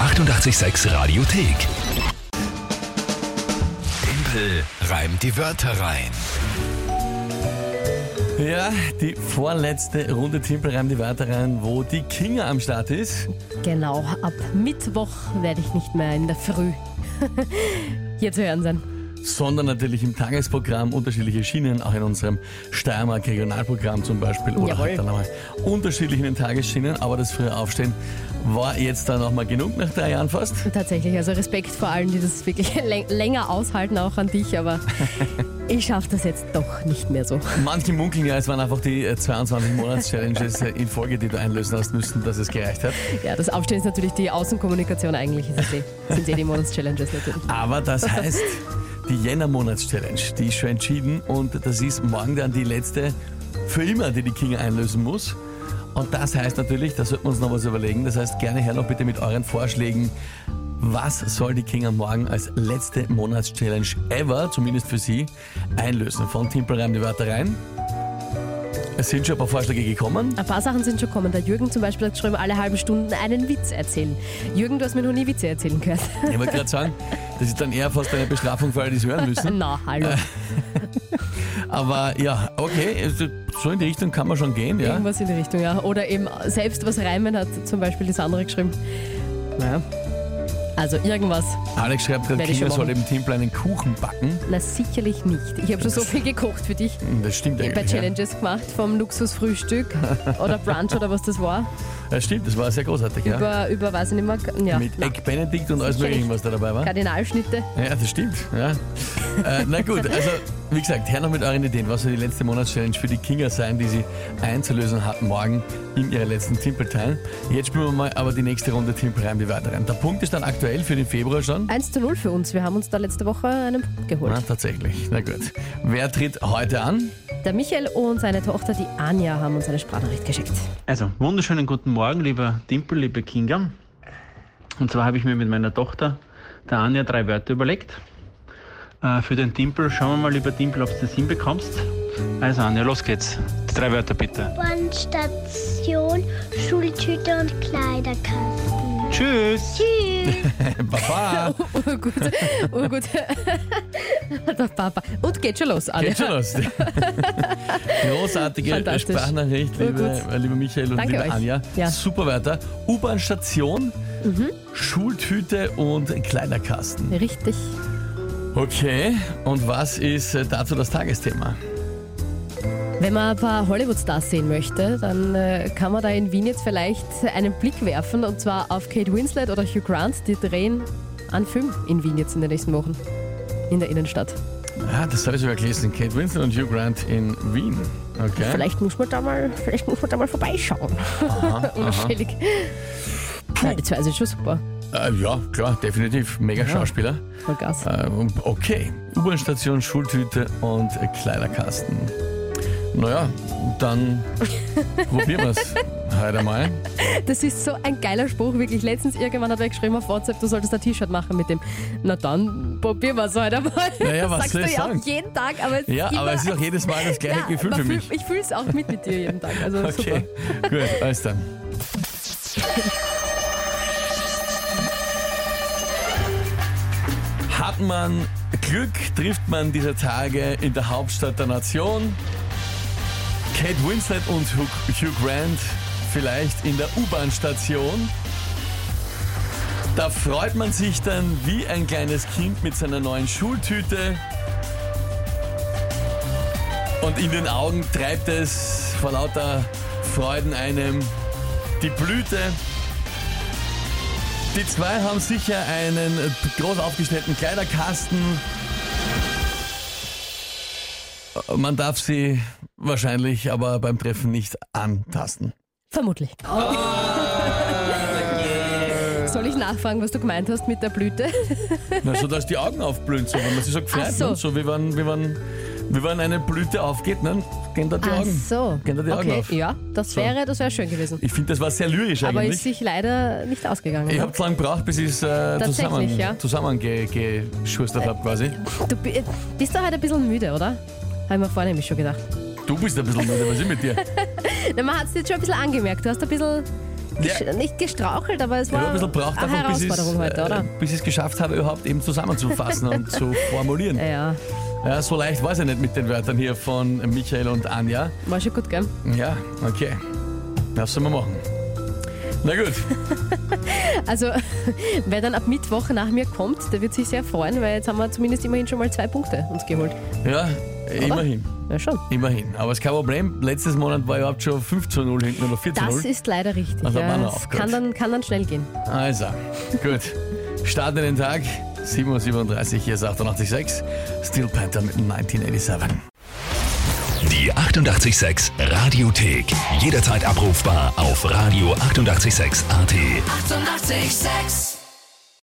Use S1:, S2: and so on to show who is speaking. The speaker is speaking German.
S1: 886 Radiothek. Tempel reimt die Wörter rein.
S2: Ja, die vorletzte Runde Timpel reimt die Wörter rein, wo die Kinga am Start ist.
S3: Genau, ab Mittwoch werde ich nicht mehr in der Früh hier zu hören sein.
S2: sondern natürlich im Tagesprogramm unterschiedliche Schienen, auch in unserem Steiermark-Regionalprogramm zum Beispiel oder
S3: Jawohl.
S2: halt dann einmal unterschiedlich in den Tagesschienen, aber das frühe Aufstehen war jetzt dann auch mal genug nach drei Jahren fast.
S3: Tatsächlich, also Respekt vor allen, die das wirklich läng- länger aushalten, auch an dich, aber ich schaffe das jetzt doch nicht mehr so.
S2: Manche munkeln ja, es waren einfach die äh, 22 Monats-Challenges äh, in Folge, die du einlösen hast müssen, dass es gereicht hat.
S3: Ja, das Aufstehen ist natürlich die Außenkommunikation eigentlich, ist es eh, sind eh die Monats-Challenges natürlich.
S2: Aber das heißt, die Jänner-Monats-Challenge, die ist schon entschieden und das ist morgen dann die letzte für immer, die die Kinga einlösen muss. Und das heißt natürlich, da sollten wir uns noch was überlegen. Das heißt, gerne her noch bitte mit euren Vorschlägen. Was soll die Kinga morgen als letzte Monats-Challenge ever, zumindest für Sie, einlösen? Von Timpel rein die Wörter rein. Es sind schon ein paar Vorschläge gekommen.
S3: Ein paar Sachen sind schon kommen. Der Jürgen zum Beispiel hat geschrieben, alle halben Stunden einen Witz erzählen. Jürgen, du hast mir noch nie Witze erzählen gehört.
S2: Ich wollte gerade sagen, das ist dann eher fast eine Bestrafung für alle, die es hören müssen.
S3: Na, hallo.
S2: Aber ja, okay, also so in die Richtung kann man schon gehen, ja.
S3: Irgendwas in die Richtung, ja. Oder eben selbst was reimen hat zum Beispiel das andere geschrieben. Naja. Also irgendwas.
S2: Alex schreibt gerade,
S3: Werde ich
S2: Kinder
S3: schon
S2: soll
S3: machen.
S2: im Tempel einen Kuchen backen.
S3: Na, sicherlich nicht. Ich habe schon so viel gekocht für dich.
S2: Hm, Das stimmt
S3: Ich hab bei
S2: eigentlich. Ja.
S3: Challenges gemacht, vom Luxusfrühstück oder Brunch oder was das war.
S2: Das stimmt, das war sehr großartig, ja.
S3: Über, über weiß ich nicht mehr. Ja,
S2: Mit
S3: na,
S2: Egg Benedict und alles
S3: Sicherlich.
S2: mögliche, was da dabei war.
S3: Kardinalschnitte.
S2: Ja, das stimmt. Ja. äh, na gut, also wie gesagt, her noch mit euren Ideen. Was soll die letzte Monatschallenge für die Kinger sein, die sie einzulösen hat morgen in ihrer letzten Timpelteil? Jetzt spielen wir mal aber die nächste Runde Timpel rein, die weiteren. Der Punkt ist dann aktuell für den Februar schon.
S3: 1 zu 0 für uns. Wir haben uns da letzte Woche einen Punkt geholt.
S2: Na, tatsächlich. Na gut. Wer tritt heute an?
S3: Der Michael und seine Tochter, die Anja, haben uns eine Sprachnachricht geschickt.
S4: Also, wunderschönen guten Morgen, lieber Dimpel, liebe Kinga. Und zwar habe ich mir mit meiner Tochter, der Anja, drei Wörter überlegt. Äh, für den Dimpel, schauen wir mal, lieber Dimpel, ob du das hinbekommst. Also, Anja, los geht's. Die drei Wörter bitte.
S5: Bahnstation, Schultüte und Kleiderkasten.
S4: Tschüss!
S5: Tschüss!
S2: Baba!
S3: Oh gut, oh gut. Der Papa. Und geht schon los, Anja.
S2: Geht schon los. Großartige
S3: Fantastisch.
S2: Sprachnachricht,
S3: Voll
S2: liebe, lieber Michael und
S3: Danke
S2: liebe
S3: euch.
S2: Anja.
S3: Ja. Mhm.
S2: Super weiter. U-Bahn-Station, Schultüte und Kleiderkasten.
S3: Richtig.
S2: Okay, und was ist äh, dazu das Tagesthema?
S3: Wenn man ein paar Hollywood-Stars sehen möchte, dann äh, kann man da in Wien jetzt vielleicht einen Blick werfen und zwar auf Kate Winslet oder Hugh Grant. Die drehen einen Film in Wien jetzt in den nächsten Wochen. In der Innenstadt.
S2: Ah, das habe ich sogar gelesen. Kate Winslet und Hugh Grant in Wien. Okay.
S3: Vielleicht muss man da mal, vielleicht muss man da mal vorbeischauen. Unauffällig. Nein, die zwei sind schon super.
S2: Äh, ja, klar, definitiv. Mega Schauspieler.
S3: Voll Gas.
S2: Äh, okay. U-Bahn-Station, Schultüte und äh, Kleiderkasten. Naja, dann probieren wir es heute mal.
S3: Das ist so ein geiler Spruch, wirklich. Letztens irgendwann hat er geschrieben auf WhatsApp, du solltest ein T-Shirt machen mit dem. Na dann, probieren wir es heute mal.
S2: Naja,
S3: das
S2: was
S3: sagst
S2: soll
S3: du
S2: ich
S3: ja
S2: sagen?
S3: auch jeden Tag, aber es
S2: Ja,
S3: ist immer
S2: aber es ist auch jedes Mal das gleiche
S3: Ja,
S2: Gefühl
S3: man
S2: für
S3: fühl-
S2: mich.
S3: Ich fühle es auch mit mit dir jeden Tag. Also super.
S2: Okay, gut, alles dann. Hat man Glück, trifft man dieser Tage in der Hauptstadt der Nation Kate Winslet und Hugh, Hugh Grant vielleicht in der U-Bahn-Station. Da freut man sich dann wie ein kleines Kind mit seiner neuen Schultüte. Und in den Augen treibt es vor lauter Freuden einem die Blüte. Die zwei haben sicher einen groß aufgestellten Kleiderkasten. Man darf sie wahrscheinlich aber beim Treffen nicht antasten.
S3: Vermutlich. Soll ich nachfragen, was du gemeint hast mit der Blüte?
S2: Na, so dass die Augen aufblühen, so wenn man sich so
S3: Ach
S2: gefreut,
S3: so.
S2: ne? so wie wenn, wie wenn, wie wenn eine Blüte aufgeht, ne? gehen da die
S3: Ach
S2: Augen.
S3: so.
S2: Gehen da die Augen
S3: okay,
S2: auf.
S3: ja, das
S2: So.
S3: wäre, das wäre schön gewesen.
S2: Ich finde, das war sehr lyrisch
S3: Aber
S2: eigentlich.
S3: ist sich leider nicht ausgegangen.
S2: Ich hab's lang gebraucht, bis ich es äh,
S3: Tatsächlich,
S2: zusammen,
S3: ja.
S2: zusammengeschustert hab quasi.
S3: Du bi- bist doch heute ein bisschen müde, oder? Habe ich mir vornehmlich schon gedacht.
S2: Du bist ein bisschen müde, was ist mit dir?
S3: Na, man hat es jetzt schon ein bisschen angemerkt. Du hast ein bisschen gesch- nicht gestrauchelt, aber es
S2: Ich
S3: war
S2: habe ein bisschen braucht,
S3: eine
S2: einfach, bis äh, ich
S3: Herausforderung heute, oder?
S2: bis ich es geschafft habe, überhaupt eben zusammenzufassen und zu formulieren.
S3: Ja, ja,
S2: Ja, so leicht war es ja nicht mit den Wörtern hier von Michael und Anja.
S3: war schon gut, gell?
S2: Ja, okay. Das sollen wir machen. Na gut,
S3: Also, wer dann ab Mittwoch nach mir kommt, der wird sich sehr freuen, weil jetzt haben wir zumindest immerhin schon mal zwei Punkte uns geholt.
S2: ja, immerhin.
S3: Ja, schon.
S2: Immerhin. Aber es ist kein Problem. Letztes Monat war ich überhaupt schon 5 zu 0 hinten oder 4 zu
S3: Das
S2: 0.
S3: ist leider richtig.
S2: Also
S3: ja,
S2: Mann
S3: das
S2: aufgehört.
S3: kann dann, kann dann schnell gehen.
S2: Also, gut. Starten den Tag. 7.37 Uhr, hier ist 88.6. Steel Panther mit 1987.
S1: Die 886 Radiothek. Jederzeit abrufbar auf radio886.at. 886!
S6: 886